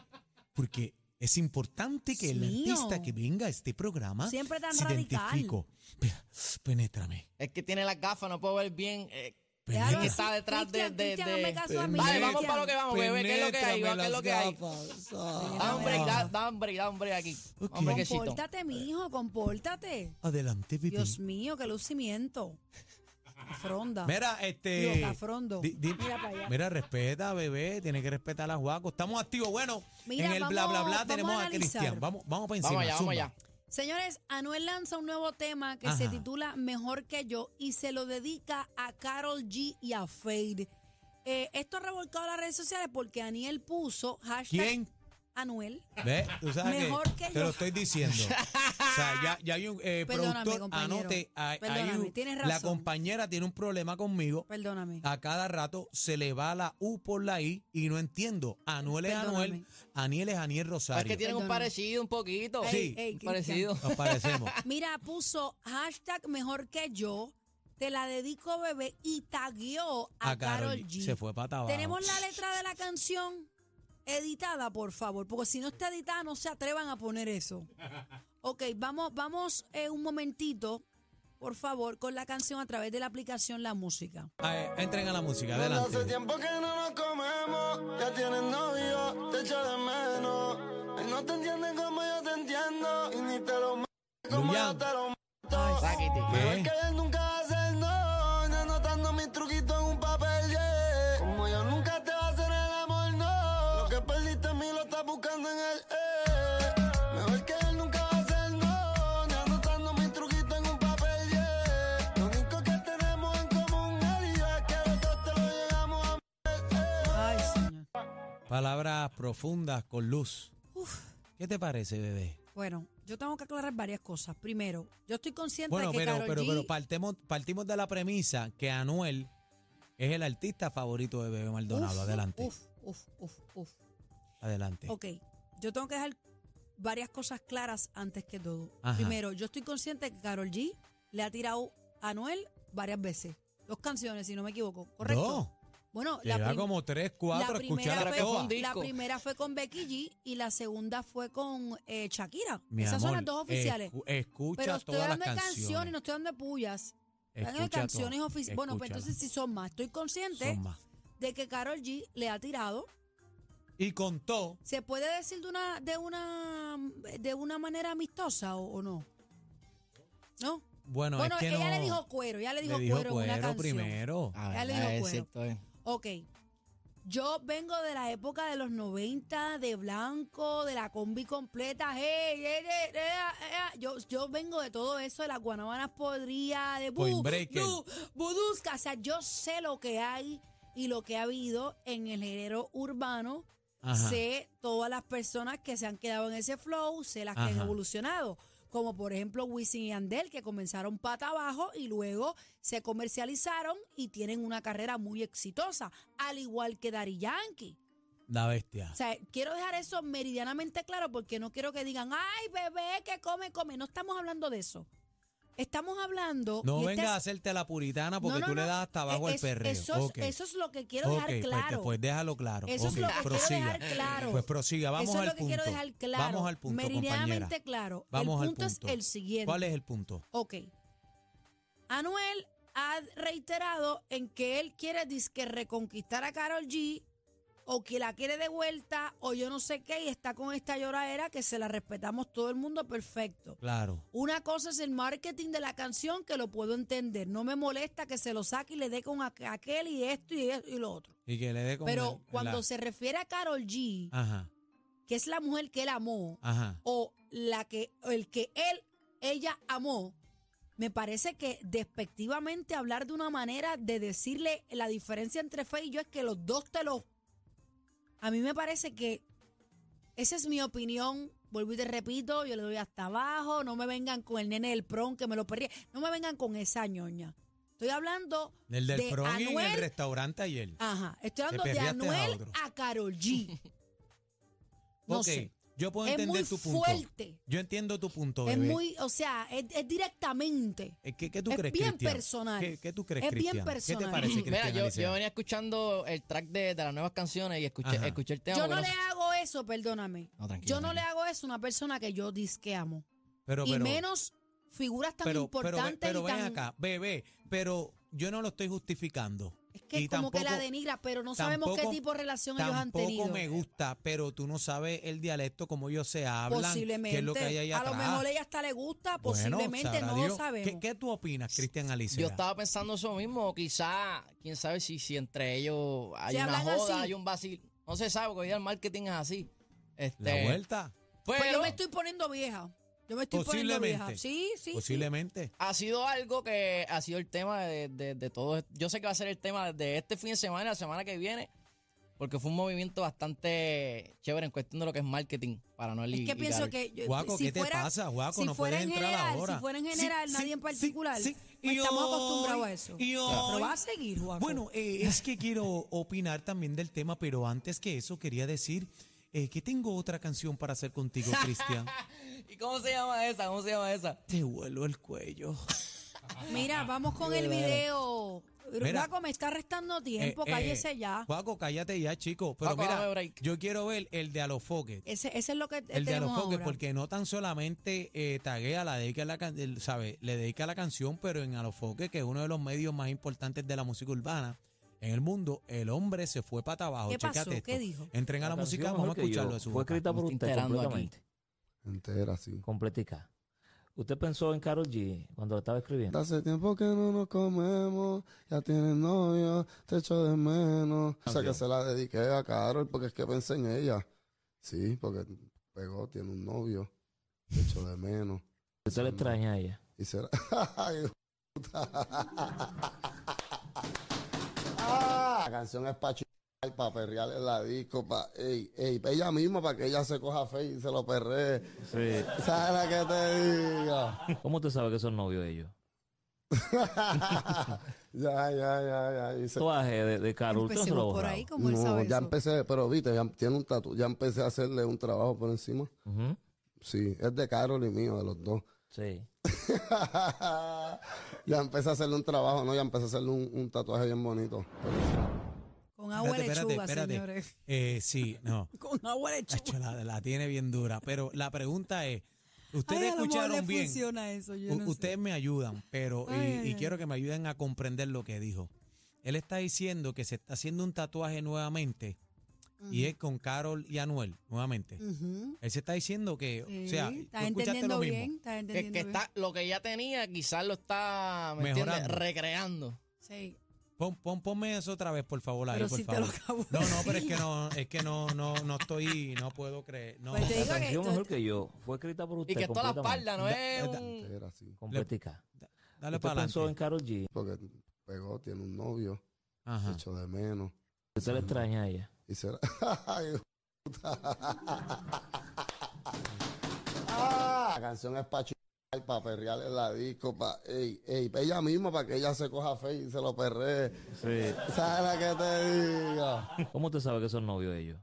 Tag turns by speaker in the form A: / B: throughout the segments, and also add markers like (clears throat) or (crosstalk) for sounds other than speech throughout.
A: Porque Es importante que el
B: Dios mío.
A: artista que venga a este programa
B: Siempre tan
A: se
B: radical.
A: identifico. Pe- Penétrame.
C: Es que tiene las gafas, no puedo ver bien. eh,
B: Déjalo
C: que
A: Penétrame.
C: está
B: así,
C: detrás de-
B: Cristian,
C: de-
B: Cristian,
C: de-
B: hazme caso a mí,
C: Vale, vamos
B: Cristian.
C: para lo que vamos, bebé. ¿Qué es lo que hay?
A: Penétrame
C: ¿Qué es lo
A: las
C: que hay?
A: gafas.
C: Da un break, da,
A: Ah.
C: da un break, da un break aquí. Da
A: Ok.
C: un breakcito.
B: Compórtate, mijo, compórtate.
A: Adelante, Pipi.
B: Dios mío, qué lucimiento. La Fronda.
A: Mira,
B: Dios,
A: este.
B: la frondo.
A: di- di-
B: Ah. Mira para allá.
A: mira, respeta, bebé. Tiene que respetar a Juaco. Estamos activos. Bueno,
B: Mira,
A: en el bla,
B: vamos-
A: bla, bla
B: vamos
A: tenemos
B: a
A: a,
B: analizar.
A: Cristian. Vamos, vamos para encima.
C: Vamos allá, vamos
A: zumba.
C: allá.
B: Señores, Anuel lanza un nuevo tema que se
A: Ajá.
B: titula Mejor que yo y se lo dedica a Carol G y a Fade. Eh, esto ha revolcado las redes sociales porque Aniel puso hashtag
A: ¿Quién?
B: Anuel.
A: ¿Ves? Tú sabes
B: Mejor que
A: te
B: yo.
A: lo estoy
C: (laughs)
A: diciendo. O sea, ya, ya hay un eh,
B: Perdóname,
A: productor.
B: compañero.
A: Anote, hay- hay
B: Perdóname,
A: un-
B: tienes
A: La
B: razón. Pues-
A: compañera tiene un problema conmigo.
B: Perdóname.
A: A cada rato se le va la U por la I y no entiendo. Anuel es
B: Perdóname.
A: Anuel, Aniel es Aniel
C: Es
A: Rosario.
C: que tienen un
B: Perdóname.
C: parecido un poquito.
A: Ey, Sí.
B: ey,
C: Un
B: Cristian.
C: parecido.
A: Nos parecemos.
B: (laughs) Mira, puso hashtag Mejor que yo, te la dedico bebé y tagueó a,
A: A Carol G. Se fue para abajo.
B: Tenemos la letra de la canción editada, por favor, porque si no está editada no se atrevan a
A: (laughs)
B: poner eso. Ok, vamos, vamos eh, un momentito, por favor, con la canción a través de la aplicación La Música.
A: Eh, entren a la música,
D: Desde hace
A: adelante.
D: tiempo que no nos comemos, ya tienes novio, te echo de menos. Él no te entiende como yo te entiendo, y ni te lo m- como yo
A: Luyan.
D: te lo
B: Ay,
D: mato.
C: Sáquete.
D: Mejor
A: ¿Qué?
D: que él nunca hace el no, ni anotando mis truquitos en un papel, yeah. Como yo nunca te va a hacer el amor, no. Lo que perdiste en mí lo estás buscando en el eh. Mejor que él nunca hace el no, ni anotando mis truquitos en un papel, yeah. Lo único que tenemos en común, él y yo, es que los dos te lo llegamos a
B: Ay, señor.
A: Palabras profundas con luz.
B: Uf.
A: ¿Qué te parece, bebé?
B: Bueno, yo tengo que aclarar varias cosas. Primero, yo estoy consciente
A: Bueno,
B: de que
A: pero,
B: Karol
A: pero,
B: G-
A: pero partemos, partimos de la premisa que Anuel es el artista favorito de Bebé Maldonado.
B: Uf,
A: adelante,
B: Uf, Oh, uf, uf, uf.
A: adelante.
B: Ok, yo tengo que dejar varias cosas claras antes que todo.
A: Ajá.
B: Primero, yo estoy consciente que Carol G le ha tirado a Noel varias veces. Dos canciones, si no me equivoco, ¿correcto?
A: No,
B: Bueno,
A: lleva
B: prim-
A: como tres,
B: la
A: cuatro,
B: primera
A: escuchar a
C: Creo que
B: fue-
C: fue
A: todas.
C: un disco.
B: La primera fue con Becky G y la segunda fue con eh, Shakira.
A: Mi
B: Esas son
A: amor,
B: las dos oficiales.
A: escu- escucha
B: Pero estoy
A: todas las
B: dando de
A: canciones.
B: canciones, no estoy dando de pullas. Estoy dando de
A: Escucha
B: canciones
A: todas,
B: oficiales. Bueno, pues
A: escúchalas.
B: entonces sí son más. Estoy consciente
A: Son más.
B: de que Carol G le ha tirado
A: Y contó,
B: ¿Se puede decir de una, de una, de una manera amistosa o, o no? ¿No?
A: bueno,
B: bueno,
A: es que
B: ella
A: no-
B: le dijo cuero, ella le dijo, cuero, en una canción.
A: primero.
B: Ya le dijo cuero.
A: eh.
B: Ok. Yo vengo de la época de los 90, de blanco, de la combi completa. Hey, hey, hey, hey, hey. Yo, yo vengo de todo eso, de las guanabanas podría, de
A: Point
B: bu-
A: Breaker.
B: du- budusca. O sea, yo sé lo que hay y lo que ha habido en el género urbano.
A: Ajá.
B: Sé todas las personas que se han quedado en ese flow, sé las que han
A: Ajá.
B: evolucionado. Como por ejemplo Wisin y Andel, que comenzaron pata abajo y luego se comercializaron y tienen una carrera muy exitosa, al igual que Dari Yankee.
A: La bestia.
B: O sea, quiero dejar eso meridianamente claro porque no quiero que digan, ay, bebé, que come, come. No estamos hablando de eso. Estamos hablando.
A: No
B: y este
A: vengas a
B: es-
A: hacerte la puritana porque
B: No, no,
A: tú le
B: no.
A: das hasta abajo
B: Eh,
A: al
B: es-
A: perreo.
B: Eso es,
A: Ok.
B: eso es lo que quiero dejar
A: Ok,
B: claro.
A: Pues, después déjalo claro.
B: Eso es
A: Ok,
B: lo que quiero
A: prosiga.
B: dejar claro.
A: Pues prosiga, vamos
B: Eso
A: al
B: es lo que
A: punto.
B: quiero dejar claro.
A: Vamos al punto,
B: Meridianamente
A: compañera.
B: claro.
A: Vamos
B: el
A: al
B: punto
A: punto.
B: es el siguiente.
A: ¿Cuál es el punto?
B: Ok. Anuel ha reiterado en que él quiere disque reconquistar a Carol G o que la quiere de vuelta o yo no sé qué y está con esta lloradera que se la respetamos todo el mundo perfecto.
A: Claro.
B: Una cosa es el marketing de la canción que lo puedo entender. No me molesta que se lo saque y le dé con aqu- aquel y esto y, esto y lo otro.
A: Y que le dé como
B: Pero
A: el-
B: cuando
A: la-
B: se refiere a Carol G,
A: Ajá,
B: que es la mujer que él amó,
A: ajá.
B: o la que o el que él ella amó me parece que despectivamente hablar de una manera de decirle la diferencia entre fe y yo es que los dos te los a mí me parece que esa es mi opinión vuelvo y te repito yo le doy hasta abajo no me vengan con el nene del prom que me lo perdí no me vengan con esa ñoña estoy hablando
A: El del
B: de
A: Prong en el
B: Anuel- Ah,
A: restaurante ayer.
B: ajá estoy hablando de
A: perreaste a
B: Anuel
A: otro.
B: a, Carol
A: (laughs)
B: G no
A: ok,
B: sé
A: yo puedo
B: es muy
A: entender tu punto.
B: fuerte
A: Yo entiendo tu punto,
B: es
A: bebé.
B: muy, o sea, es, es directamente.
A: Eh, ¿Qué, qué tú
B: es
A: crees,
B: bien
A: Cristian?
B: personal.
A: ¿Qué, qué tú crees,
B: Es bien
A: Cristian? ¿Qué
B: personal.
A: te parece,
B: Mira,
A: Cristian?
C: Mira, yo,
A: Alicea?
C: yo venía escuchando el track de, de las nuevas canciones y escuché,
A: Ajá.
C: escuché el tema.
B: Yo
C: porque
B: no
C: no
A: pues.
B: le
C: sé-
B: hago eso, perdóname.
C: No, tranquilo,
B: yo no
C: tranquilo.
B: le hago eso a una persona que yo disque amo.
A: Pero,
B: y
A: pero-
B: menos figuras tan
A: pero, pero,
B: importantes
A: pero
B: y
A: ven
B: tan.
A: acá, bebé, pero yo no lo estoy justificando.
B: Es que
A: Y
B: es como que la
A: tampoco-
B: denigra, pero no sabemos qué
A: tampoco-
B: tipo de relación ellos han tenido.
A: Tampoco me gusta, pero tú no sabes el dialecto, cómo ellos se hablan,
B: Posiblemente.
A: qué es lo que hay ahí
B: a lo
A: atrás.
B: mejor ella hasta le gusta,
A: Bueno,
B: posiblemente,
A: sabrá
B: no lo
A: Dios.
B: sabemos.
A: ¿Qué, qué tú opinas, Cristian Alicia?
C: Yo estaba pensando eso mismo, o quizá, quién sabe si, si entre ellos hay
B: ¿Se
C: una
B: hablan
C: joda,
B: así?
C: hay un vacil. No se sabe, porque hoy día el marketing es así. Este,
A: La vuelta,
C: pero
B: Pero Pues yo me estoy poniendo vieja. Yo me estoy poniendo vieja.
A: Posiblemente.
B: Sí, sí, sí.
A: posiblemente.
C: ha sido algo que ha sido el tema de, de, de todo. Yo sé que va a ser el tema de este fin de semana, la semana que viene, porque fue un movimiento bastante chévere en cuestión de lo que es marketing, para no
B: Es que pienso que yo-
A: Guaco,
B: si
A: ¿qué te
B: fuera,
A: pasa, Guaco?
B: si
A: No
B: fuera
A: puedes
B: en
A: entrar
B: general,
A: ahora.
B: Si fuera en
A: Sí,
B: general,
A: sí,
B: nadie en
A: sí,
B: particular.
A: sí.
B: No
A: Y
B: estamos
A: hoy,
B: acostumbrados a eso.
A: y
B: Pero
A: hoy.
B: va a seguir, Juan.
A: Bueno, eh, es que quiero opinar también del tema, pero antes que eso quería decir eh, que tengo otra canción para hacer contigo,
B: (laughs)
A: Cristian.
C: ¿Y cómo se llama esa? ¿Cómo se llama esa?
A: Te vuelo el cuello.
B: mira, vamos con el video.
A: ah, Mira.
B: Guaco, me está restando tiempo,
A: Eh, eh,
B: cállese ya.
A: Juaco, cállate ya, chico. Pero
C: Juaco, dame
A: mira,
C: break.
A: yo quiero ver el de Alofoque.
B: Ese, ese es lo que eh,
A: El de
B: tenemos
A: Alofoque,
B: ahora.
A: porque no tan solamente eh, taguea, la dedica la can- el- sabe, le dedica la canción, pero en Alofoque, que es uno de los medios más importantes de la música urbana en el mundo, el hombre se fue para abajo.
B: ¿Qué pasó?
A: oh, Chécate esto.
B: ¿Qué dijo?
A: Entren a la, música, vamos a escucharlo de su
E: Fue
A: boca.
E: escrita
C: Me
E: por
C: está
E: usted
C: enterando aquí.
E: completamente.
D: Entera, sí.
E: Completica. ¿Usted pensó en Carol G cuando lo estaba escribiendo?
D: Hace tiempo que no nos comemos, ya tienes novio, te echo de menos. O sea que se la dediqué a Carol porque es que pensé en ella. Sí, porque pegó, tiene un novio, te echo de menos.
E: ¿Usted le
D: no.
E: extraña a ella?
D: Y será. (laughs) Ay, puta. Ah, la canción es para chupar, para perrear en la disco, para ey, ey, pa' ella misma, para que ella se coja fe y se lo perree.
E: Sí.
D: ¿Sabes lo que te digo? (laughs)
E: ¿Cómo usted sabe que son novios ellos?
D: ya, ya, ya, ya. y se-
E: Tatuaje de, de Carol,
C: pues
E: usted
B: Empecemos por
E: no se lo ha borrado.
B: ahí, como él sabe
D: ya
B: eso.
D: empecé, pero viste, ya tiene un tatu, ya empecé a hacerle un trabajo por encima.
E: Ujú.
D: Sí, es de Carol y mío, de los dos. (laughs)
E: Sí.
D: ya empecé a hacerle un trabajo, no, ya empecé a hacerle un, un tatuaje bien bonito.
B: Con agua de
A: Espérate, espérate,
B: lechuga,
A: espérate.
B: Ah, señores.
A: Eh, sí, no.
B: (laughs) Con agua de lechuga.
A: Acho, la, la tiene bien dura. Pero la pregunta es, ustedes
B: Ay, a lo mejor
A: escucharon
B: le
A: bien.
B: funciona eso, yo
A: U-
B: no sé.
A: ustedes me ayudan, pero y,
B: Ay,
A: y
B: ay, ay.
A: quiero que me ayuden a comprender lo que dijo. Él está diciendo que se está haciendo un tatuaje nuevamente y es con Carol y Anuel nuevamente.
B: Ujú.
A: Él se está diciendo que, o sea,
B: Sí,
A: tú
B: estás
A: escuchaste
B: entendiendo
A: lo mismo.
B: bien, estás
C: Que,
B: entendiendo
C: que
B: bien.
C: está, lo que ya tenía, quizás lo está, ¿me entiendes?
A: Mejorando.
C: Recreando.
B: Sí.
A: Pon, pon- ponme eso otra vez, por favor, ahí,
B: Pero
A: por
B: si te
A: favor.
B: lo acabo
A: no,
B: de
A: no, pero es
B: decir.
A: que
B: (laughs)
A: no, es que no, no, no estoy, no puedo creer. No.
B: Pues te
E: La
B: digo que
E: canción
B: esto-
E: mejor que yo fue escrita por usted
C: Y que está a la
E: completamente.
C: espalda, no es
A: da-
C: un...
D: Era así.
E: Completica.
A: Dale
E: ¿Usted
A: para
E: pensó en
A: adelante.
E: Carol G?
D: Porque pegó, tiene un novio,
A: Ajá.
D: te echo de menos.
E: ¿Usted le extraña a ella?
D: Y será. (laughs) Ay, puta. Ah, la canción es para chupar, para perrear en la disco, para ey, ey, pa' ella misma, para que ella se coja fe y se lo perree.
E: Sí.
D: ¿Sabes lo que te digo? (laughs)
E: ¿Cómo usted sabe que son novios ellos?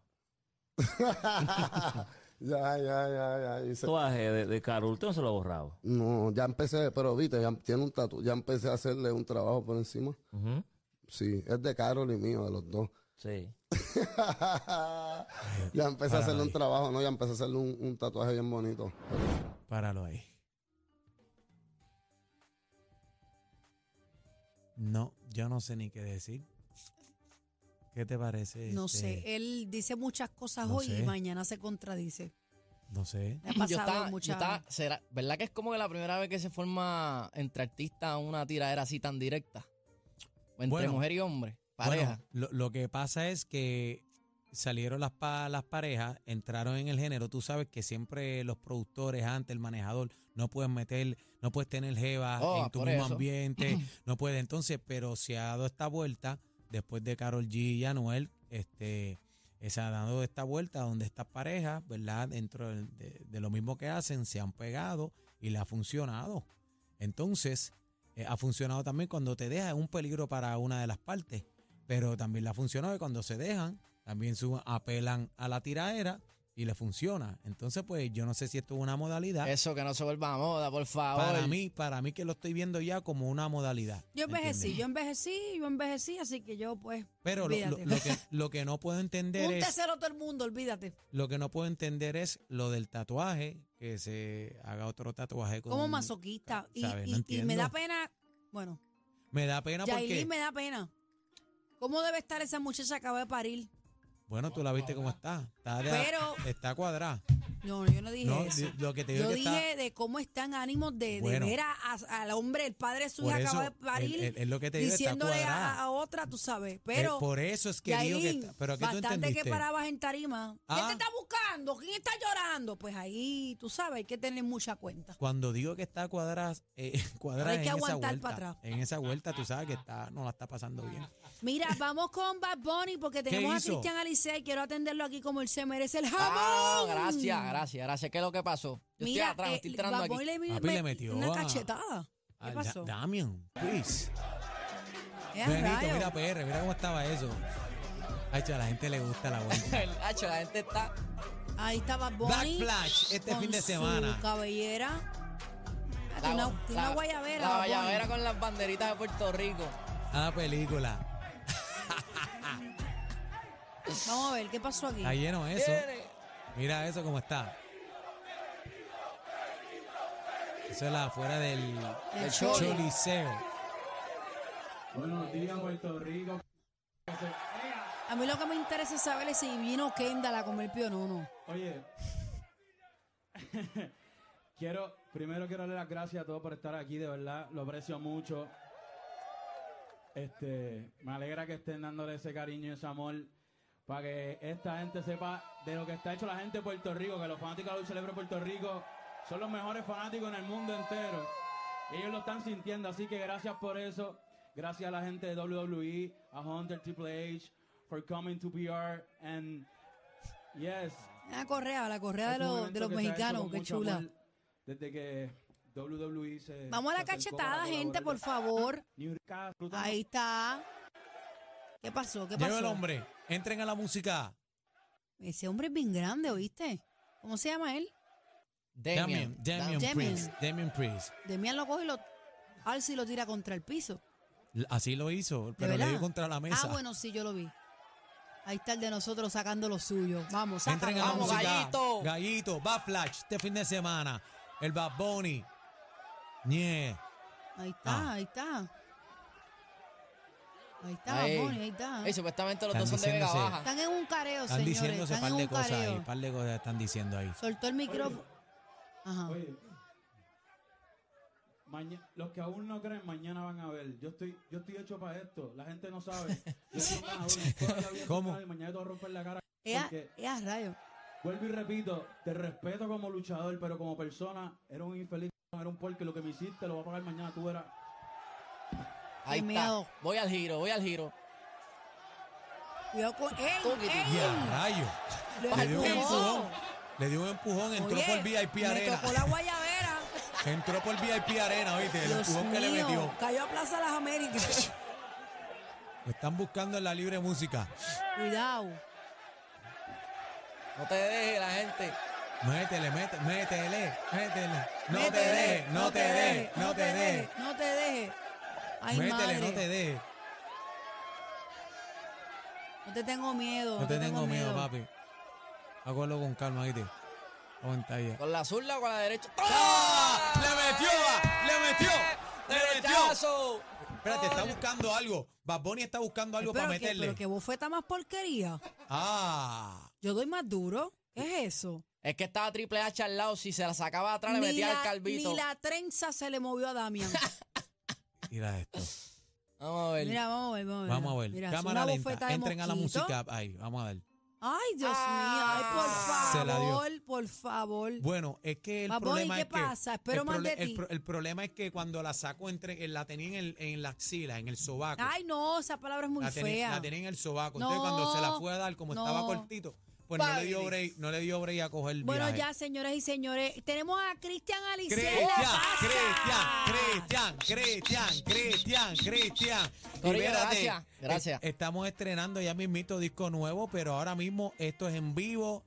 D: ya, ya, ya, ya. y se-
E: Tatuaje de, de Carol, usted no se lo ha borrado.
D: No, ya empecé, pero viste, ya tiene un tatu, ya empecé a hacerle un trabajo por encima.
E: Ujú.
D: Sí, es de Carol y mío, de los dos. (laughs)
E: Sí.
D: ya empecé a hacerle un trabajo, no, ya empecé a hacerle un, un tatuaje bien bonito.
A: Páralo ahí. No, yo no sé ni qué decir. ¿Qué te parece?
B: No
A: este?
B: sé, eh, él dice muchas cosas
A: no
B: hoy y
A: sé.
B: mañana se
A: (laughs)
B: contradice.
A: No sé.
B: Le ha pasado
C: Yo estaba- yo
B: mucha-
C: estaba- será- ¿Verdad que es como que la primera vez que se forma entre artistas una tiradera así tan directa? O Entre
A: Bueno.
C: mujer y hombre, pareja.
A: Bueno, lo, lo que pasa es que salieron las, pa- las parejas, entraron en el género. Tú sabes que siempre los productores, antes el manejador, no puedes meter, no puedes tener jeva
C: Oh,
A: en tu
C: por
A: mismo
C: eso.
A: ambiente,
C: (clears throat)
A: no puedes. Entonces, pero se ha dado esta vuelta después de Carol G y Anuel, este, eh, se ha dado esta vuelta donde estas parejas, ¿verdad? Dentro del- de, de lo mismo que hacen, se han pegado y le ha funcionado. Entonces, eh, ha funcionado también cuando te deja, es un peligro para una de las partes pero también la funcionó que cuando se dejan, también su- apelan a la tiradera y le funciona. Entonces, pues yo no sé si esto es una modalidad.
C: Eso que no se vuelva a moda, por favor.
A: para mí, para mí que lo estoy viendo ya como una modalidad.
B: Yo envejecí,
A: ¿entiendes?
B: yo envejecí, yo envejecí, así que yo pues.
A: Pero lo, lo-
B: olvídate.
A: lo que, lo que no puedo entender es
B: Júnteselo todo el mundo, olvídate.
A: lo que no puedo entender es lo del tatuaje, que se haga otro tatuaje con
B: Como masoquista. Y,
A: ¿sabes? No
B: y- y me
A: entiendo.
B: da pena, bueno,
A: Me da pena porque
B: Yailin me da pena. ¿Cómo debe estar esa muchacha que acaba de parir?
A: bueno, tú la viste cómo está. Está de-
B: Pero-
A: está cuadrada.
B: No, yo no dije
A: No,
B: eso.
A: di- lo que te digo
B: Yo
A: es que está-
B: dije de cómo están ánimos de, de
A: Bueno.
B: ver a- a- al hombre, el padre de su
A: Por
B: hija
A: eso,
B: acaba de parir,
A: el- el- es lo que te digo, está
B: diciéndole a- a,
A: cuadrada.
B: otra, tú sabes.
A: Eh,
B: Pero,
A: por eso es que digo que
B: Yailin,
A: está, pero que tú
B: bastante
A: entendiste.
B: que parabas en tarima. ¿Quién
A: Ah.
B: te está buscando? ¿Quién está llorando? Pues ahí, tú sabes, hay que tener mucha cuenta.
A: Cuando digo que está cuadrada, eh, (laughs) cuadrada
B: Hay que
A: en esa
B: aguantar
A: vuelta.
B: pa' atrás.
A: En esa vuelta tú sabes que está no la está pasando bien.
B: Mira,
A: (laughs)
B: vamos con Bad Bunny porque tenemos a
A: hizo?
B: Cristian Alicia y quiero atenderlo aquí como él se merece el jamón.
C: Ah, gracias, gracias, gracias. ¿Qué es lo que pasó? Yo
B: Mira,
C: estoy atrás, me
B: eh,
C: estoy entrando
B: Bad
C: aquí.
B: Bunny le,
A: Papi,
B: me-
A: le metió
B: una
A: a-
B: cachetada.
A: Ah,
B: ¿Qué
A: Da-
B: pasó?
A: Damian, please.
B: Eh,
A: Benito,
B: rayos.
A: mira PR, mira cómo estaba eso. Ay, chaval, a la gente le gusta la vuelta.
C: Hacho, la gente está.
B: Ahí está Bad Bunny.
A: Backflash este
B: con
A: fin de
B: su
A: semana.
B: cabellera. Ah, tiene una, tiene una guayabera.
C: La
B: Bad Bunny.
C: guayabera con las banderitas de Puerto Rico.
A: A la película.
B: Vamos a ver, ¿qué pasó aquí?
A: Está lleno eso. Mira eso cómo está. Eso es la afuera del
B: El
A: Choliseo.
B: Choli. A mí lo que me interesa es saber es si vino Kendall a comer pío o no.
F: Oye, (laughs) quiero, primero quiero darle las gracias a todos por estar aquí, de verdad, lo aprecio mucho. Este, me alegra que estén dándole ese cariño y ese amor para que esta gente sepa de lo que está hecho la gente de Puerto Rico, que los fanáticos de Lucha Libre de Puerto Rico son los mejores fanáticos en el mundo entero. Y ellos lo están sintiendo, así que gracias por eso. Gracias a la gente de WWE, a Hunter Triple H, for coming to PR and yes,
B: La Ah, correa, la correa de
F: es un
B: los,
F: evento
B: de los
F: que se ha hecho
B: mexicanos,
F: con
B: qué
F: mucho
B: chula.
F: amor Desde que WWE se.
B: Vamos a la
F: se acercó para
B: cachetada, gente,
F: colaborar.
B: por favor.
F: New York, disfrutando.
B: Ahí está. ¿Qué pasó? ¿Qué
A: Lleva el
B: pasó?
A: hombre. Entren a la música.
B: Ese hombre es bien grande, ¿oíste? ¿Cómo se llama él?
A: Damian,
C: Damian.
A: Damian,
B: Damian.
A: Priest. Damian Priest.
B: Demian lo coge y lo... A ver si lo tira contra el piso.
A: L- Así lo hizo,
B: ¿De
A: pero le
B: verdad?
A: dio contra la mesa.
B: Ah, bueno, sí, yo lo vi. Ahí está el de nosotros sacando lo suyo. Vamos,
A: Entren
B: sácalo,
A: a la
B: vamos,
A: música.
B: gallo.
C: Gallito.
A: Gallito, Bad Flash, este fin de semana. El Bad Bunny. Ñe.
B: Ahí está,
A: Ah.
B: ahí está. Ahí está,
C: Ahí.
B: Bad Bunny, ahí está.
C: Ey, supuestamente los
A: Están
C: dos son de Vega
A: diciéndose-
C: Baja.
B: Ah. Están en un careo,
A: Están
B: señores.
A: diciéndose
B: Están
A: par
B: en
A: de
B: un
A: cosas ahí.
B: careo.
A: Par de cosas están diciendo ahí.
B: Soltó el micrófono. Ajá.
F: Oye, maña- los que aún no creen, mañana van a ver. Yo estoy, yo estoy hecho para esto. La gente
B: (laughs)
F: no sabe. Yo soy más joven, todavía voy a
A: ¿Cómo?
F: tocar y Mañana te voy a romper la cara.
B: Ea,
F: porque-
B: ea, rayo.
F: Vuelvo y repito, te respeto como luchador, pero como persona, era un infeliz, era un porque. Lo que me hiciste lo voy a pagar mañana. Tú eras.
C: Ahí
B: Qué
C: está.
B: miedo.
C: Voy al giro, voy al giro.
B: Cuidado con. ¡Ey!
C: Coquete.
B: ¡Ey!
A: Ya, rayo.
B: Lo
A: Le dio un
B: empujó.
A: empujón. Le dio un empujón, entró
B: Oye,
A: por VIP
B: Me
A: Arena.
B: tocó la guayabera.
A: Entró por VIP Arena, oíste, (laughs) el
B: Dios
A: empujón que le
B: mío,
A: metió.
B: Cayó a Plaza Las Américas.
A: Lo están buscando en la libre música.
B: Cuidado.
C: No te dejes, la gente.
A: Métele, métele, métele, métele. No te
B: Métele,
A: dejes, no te dejes, no te dejes.
B: deje, No te deje. Ay,
A: Métele,
B: madre.
A: no te dejes.
B: No te tengo miedo.
A: No te tengo miedo, papi. Acuerdo con calma, oíste. Aguanta ahí.
B: Oh.
C: ¿Con la zurda o con la derecha?
A: ¡Ah! ¡Le metió! ¡Le metió! ¡Le metió!
C: ¡Derechazo!
A: Espérate, está buscando algo. Bad Bunny está buscando algo
B: pero
A: para
B: que,
A: meterle.
B: pero que bofeta más porquería.
A: Ah.
B: Yo doy más duro. ¿Qué es eso?
C: Es que estaba Triple H al lado. Si se la sacaba atrás, le
B: Ni
C: metía al
B: la-
C: calvito.
B: Ni la trenza se le movió
A: (laughs)
B: a Damian.
A: Mira esto.
C: Vamos a ver.
B: Mira, vamos a ver, vamos a ver.
A: Vamos a ver.
B: Mira, es
A: Cámara
B: una
A: lenta.
B: bofeta de
A: Entren a la
B: mosquito.
A: música. Ahí, vamos a ver.
B: Ay, Dios
C: Ah.
A: Se
B: mío,
A: la
B: ay, por
A: dio.
B: favor, por favor.
A: Bueno, es que el
B: Bad Bunny,
A: problema
B: ¿qué
A: es que
B: pasa? Espero
A: el,
B: más de
A: el
B: ti.
A: pro- el problema es que cuando la saco entre en la tenía en, el- en la axila, en el sobaco.
B: Ay, no, esa palabra es muy
A: la, tenía,
B: fea.
A: la tenía en el sobaco. Entonces
B: No,
A: cuando se la fue a dar como estaba
B: no.
A: cortito, pues no le dio break, no le dio break a coger el
B: Bueno,
A: viaje.
B: ya, señoras y señores, tenemos a Cristian Alicia en la
A: Cristian,
B: casa.
A: Cristian, Cristian, Cristian, Cristian, Cristian.
C: Corillo,
A: Libérate.
C: gracias, gracias.
A: Eh, Estamos estrenando ya mismito disco nuevo, pero ahora mismo esto es en vivo.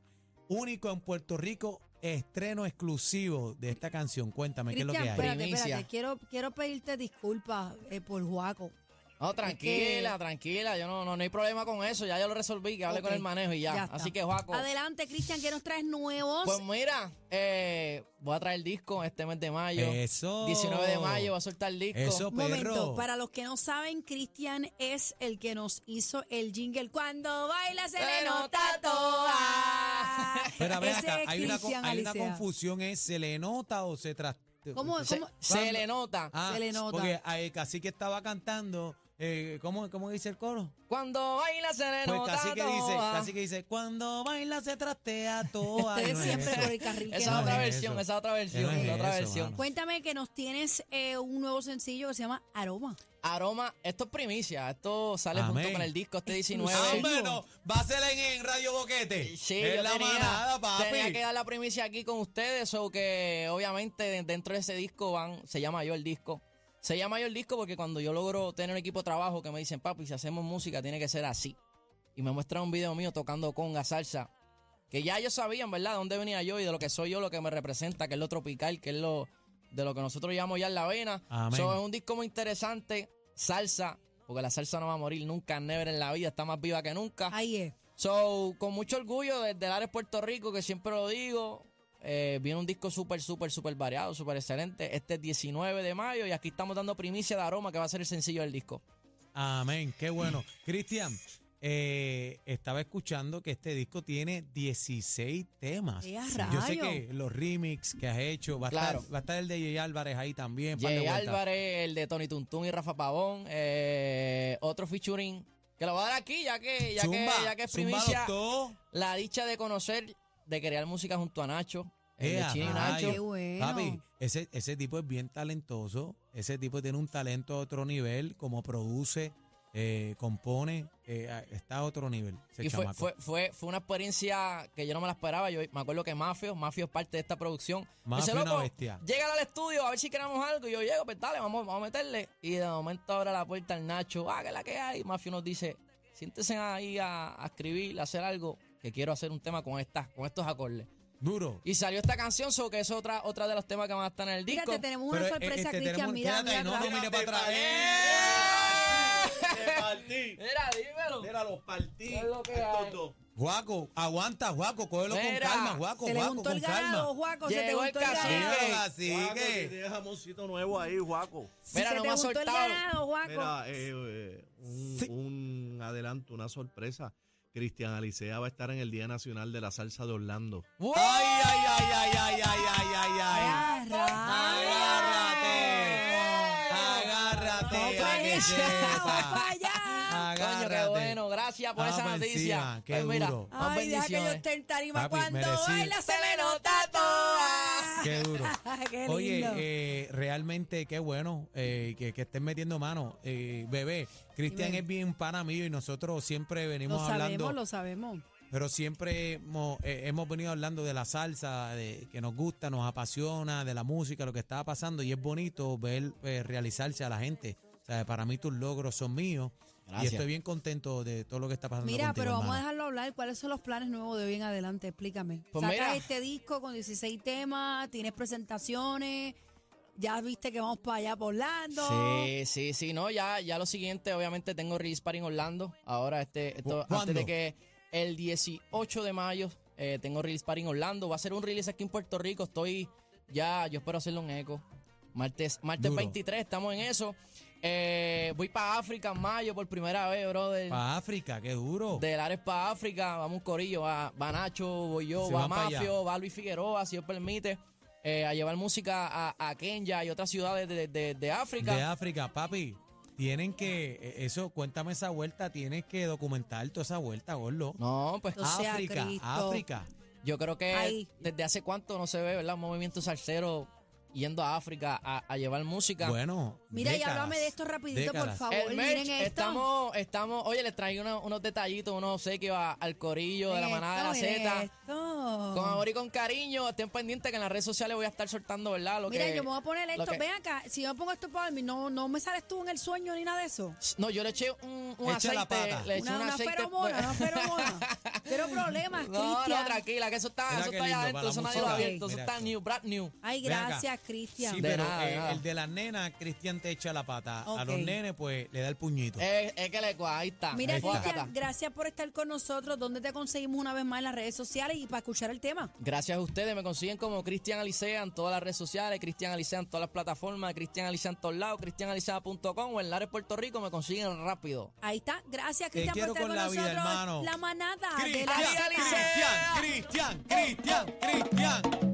A: único en Puerto Rico, estreno exclusivo de esta canción. Cuéntame, ¿qué es
B: Cristian,
A: lo que hay?
B: espérate, espérate.
C: Primicia.
B: Quiero, quiero pedirte disculpas eh, por Juaco.
C: No, tranquila, tranquila. Yo no, no, no hay problema con eso. Ya yo lo resolví, que hablé
B: Ok,
C: con el manejo y ya.
B: ya está.
C: Así que, Juaco.
B: Adelante, Cristian, que nos traes nuevos.
C: Pues mira, eh, voy a traer el disco este mes de mayo.
A: Eso.
C: 19 de mayo voy a soltar el disco.
A: Eso,
B: Un Momento,
A: perro.
B: para los que no saben, Cristian es el que nos hizo el jingle. Cuando baila se le
C: Se
B: nota
C: nota
B: toa.
A: Pero a ver
B: Ese
A: acá,
B: es
A: hay una, co-
B: Cristian
A: hay una
B: Alicea.
A: confusión, ¿es? ¿se le nota o se tras...
B: ¿Cómo,
C: Se,
B: cómo?
C: se
A: ¿Cuándo?
C: le nota.
A: Ah,
B: Se le nota.
A: Porque eh, Cacique estaba cantando, eh, ¿cómo, ¿cómo dice el coro?
C: Cuando baila se le
A: Pues
C: nota.
A: Cacique dice,
C: toa.
A: Cacique dice, cuando baila se
C: (laughs)
A: trastea toa.
B: Ustedes
A: No es
B: siempre
A: eso.
B: por el carril que
C: Esa
A: no
C: es otra
A: es
C: versión,
A: eso. Ah,
C: esa es otra versión,
A: No es
C: esa es otra
A: eso,
C: versión.
A: mano.
B: Cuéntame que nos tienes eh, un nuevo sencillo que se llama Aroma.
C: Aroma, esto es primicia, esto sale
A: Amén.
C: junto con el disco este
A: Ah,
C: 19.
A: bueno, va a ser en, en Radio Boquete.
C: Sí,
A: en
C: yo
A: la
C: tenía,
A: manada, papi.
C: tenía que dar la primicia aquí con ustedes, o que obviamente dentro de ese disco van, se llama yo el disco. Se llama yo el disco porque cuando yo logro tener un equipo de trabajo que me dicen, papi, si hacemos música tiene que ser así. Y me muestran un video mío tocando conga, salsa, que ya ellos sabían, ¿verdad?, de dónde venía yo y de lo que soy yo, lo que me representa, que es lo tropical, que es lo de lo que nosotros llamamos ya en la vena.
A: Amén.
C: So, es un disco muy interesante, salsa, porque la salsa no va a morir nunca, never en la vida, está más viva que
A: Ah.
C: nunca.
B: Ahí es.
C: So, con mucho orgullo desde el área de Puerto Rico, que siempre lo digo, eh, viene un disco súper, súper, súper variado, súper excelente. Este es 19 de mayo y aquí estamos dando primicia de aroma, que va a ser el sencillo del disco.
A: Amén, qué bueno. Cristian, eh, estaba escuchando que este disco tiene 16 temas.
B: ¡Ea,
A: Yo sé
B: rayo!
A: que los remix que has hecho, va, a,
C: Claro.
A: estar, va a estar el de Jay Álvarez ahí también. par de
C: Jay
A: vueltas.
C: Álvarez, el de Tony Tuntún y Rafa Pavón, eh, otro featuring, que lo voy a dar aquí, ya que, ya que,
A: Zumba,
C: ya que es
A: zumba,
C: primicia,
A: doctor.
C: la dicha de conocer, de crear música junto a Nacho, el de
A: Ea,
C: Chino y
A: rayo.
C: Nacho.
B: qué bueno.
A: Papi, ese, ese tipo es bien talentoso. Ese tipo tiene un talento a otro nivel, como produce, eh, compone, eh, a- está a otro nivel. Ese
C: Y fue,
A: chamaco.
C: fue, fue, fue una experiencia que yo no me la esperaba. Yo me acuerdo que Mafio, Mafio es parte de esta producción. Me
A: Mafio
C: dice,
A: una
C: "Loco,
A: bestia".
C: Llega al estudio a ver si creamos algo. Y yo llego, pues dale, vamos, vamos a meterle. Y de momento abre la puerta el Nacho, ah, que es la que hay. Mafio nos dice, siéntese ahí a, a escribir, a hacer algo, que quiero hacer un tema con estas, con estos acordes.
A: Duro.
C: Y salió esta canción, so que es otra, otra de los temas que van a estar en el
B: Mira,
C: disco.
B: te tenemos una
A: Pero, eh,
B: sorpresa,
A: este,
B: Cristian.
A: tenemos-
B: Mira,
A: quédate,
B: mira,
A: no, no,
B: atrás.
A: mira para atrás.
C: Mira, dímelo.
G: Mira, los partí.
C: ¿Qué es lo que
G: a estos
C: hay?
G: dos.
A: Guaco, aguanta, Guaco, cógelo con
C: Mira,
A: calma, Guaco,
B: se le
A: ¡Eh! Guaco,
B: juntó el
A: con calma.
B: ganado, Juaco. Se te
C: Llegó el
B: juntó el
C: cacique.
A: Dímelo,
B: ganado.
G: Guaco, que
A: cacique.
G: tienes jamoncito nuevo ahí, Juaco.
B: Si
C: Mira,
B: se
C: no
B: te
C: me ha
B: juntó el
C: soltado.
B: ganado, Juaco.
G: Mira, eh, eh, un,
A: Sí.
G: un adelanto, una sorpresa. Cristian Alicea va a estar en el Día Nacional de la Salsa de Orlando.
C: ¡Wow!
A: Ay, ay, ay, ay, ay, ay, ay, ay, ay.
B: ¡Ah, (laughs)
A: Agárrate. Agárrate.
B: ¡No para
A: para que
B: allá! ¡No
A: sepa.
B: para allá!
C: Coño,
A: Agárrate.
C: qué bueno. Gracias por esa
A: Vamos
C: noticia.
A: encima, qué duro.
C: más
B: Ay, deja que yo
C: bendiciones.
B: esté en tarima.
A: Papi,
B: Cuando
A: merecido.
B: baila se le nota toa.
A: Qué duro.
B: (laughs) Qué
A: Oye,
B: lindo.
A: eh, realmente qué bueno eh, que, que estén metiendo mano. Eh, bebé, Cristian
B: Dime.
A: es bien pana mío y nosotros siempre venimos
B: lo
A: hablando.
B: sabemos, lo sabemos.
A: Pero siempre hemos, eh, hemos venido hablando de la salsa, de, que nos gusta, nos apasiona, de la música, lo que estaba pasando. Y es bonito ver eh, realizarse a la gente. O sea, para mí tus logros son míos.
C: Gracias.
A: Y estoy bien contento de todo lo que está pasando.
B: Mira,
A: contigo,
B: pero vamos a
A: hermano.
B: dejarlo hablar. ¿Cuáles son los planes nuevos de hoy en adelante? Explícame.
C: Pues
B: Sacas
C: mira.
B: este disco con 16 temas, tienes presentaciones, ya viste que vamos para allá por Orlando.
C: Sí, sí, sí, no, ya, ya lo siguiente, obviamente tengo release party en Orlando. Ahora este, esto,
A: ¿Cu-
C: antes de
A: cuándo?
C: que el 18 de mayo eh, tengo release party en Orlando. Va a ser un release aquí en Puerto Rico. Estoy ya, yo espero hacerlo en eco. Martes, martes
A: Duro.
C: 23, estamos en eso. Eh, voy para África en mayo por primera vez, brother.
A: Pa' África, qué duro.
C: Del Ares para África, vamos un corillo, va, va Nacho, voy yo,
A: Se
C: va
A: van pa'
C: Mafio, va Luis Figueroa, si Dios permite, eh, a llevar música a, a Kenya y otras ciudades de, de- de África.
A: De África, papi. Tienen que, eh, eso, cuéntame esa vuelta, tienes que documentar toda esa vuelta, gordo.
C: no, pues
B: O sea,
A: África,
B: Cristo.
A: África.
C: yo creo que
B: Ahí.
C: desde hace cuánto no se ve, ¿verdad? Un movimiento salsero yendo a África a, a llevar música.
A: Bueno,
B: Mira, y
A: décadas,
B: háblame de esto rapidito, por
A: décadas.
B: favor.
C: El merch,
B: Miren esto.
C: estamos, estamos, oye, les traí uno- unos detallitos, unos obsequios a- al corillo de la manada
B: Esto,
C: de la
B: mira
C: Z.
B: esto.
C: Con amor y con cariño, estén pendientes que en las redes sociales voy a estar soltando, ¿verdad? Lo
B: Mira,
C: que,
B: yo me voy a poner
C: lo
B: esto.
C: que-
B: Ven acá, si yo pongo esto para mí, no, no me sales tú en el sueño ni nada de eso.
C: No, yo le eché un, un
A: Echa
C: aceite.
A: la pata.
C: Le eché
B: una,
C: un
B: una
C: aceite.
B: feromona, una
C: (laughs)
B: feromona. Pero problemas,
C: pues. No, no,
B: Cristian.
C: tranquila, que eso está,
A: Mira
C: eso
A: qué
C: está allá
A: lindo,
C: adentro,
A: para
C: eso
A: la
C: nadie lo ha
B: música.
C: abierto, eso
A: Mira
C: está
A: esto.
C: new, brand new.
B: Ay,
A: Ven acá.
B: gracias, Cristian.
A: Sí,
C: De
A: pero
C: nada, de
A: eh,
C: nada.
A: el de las nenas, Cristian te echa la pata. A
B: Ok.
A: los nenes, pues, le da el puñito.
C: Es, es que le cua, ahí está.
B: Mira,
C: Ahí está.
B: Cristian, gracias por estar con nosotros. ¿Dónde te conseguimos una vez más en las redes sociales y para escuchar el tema?
C: Gracias a ustedes, me consiguen como Cristian Alicea en todas las redes sociales, Cristian Alicea en todas las plataformas, Cristian Alicea en todos lados, cristianalicea.com o en Lares Puerto Rico me consiguen rápido.
B: Ahí está. Gracias,
A: Te
B: Cristian,
A: quiero
B: por estar
A: con
B: con
A: la vida,
B: nosotros.
A: hermano.
B: La manada Ah, de
A: Cristian,
B: la
C: Zeta.
A: Cristian, Cristian, Cristian, Cristian.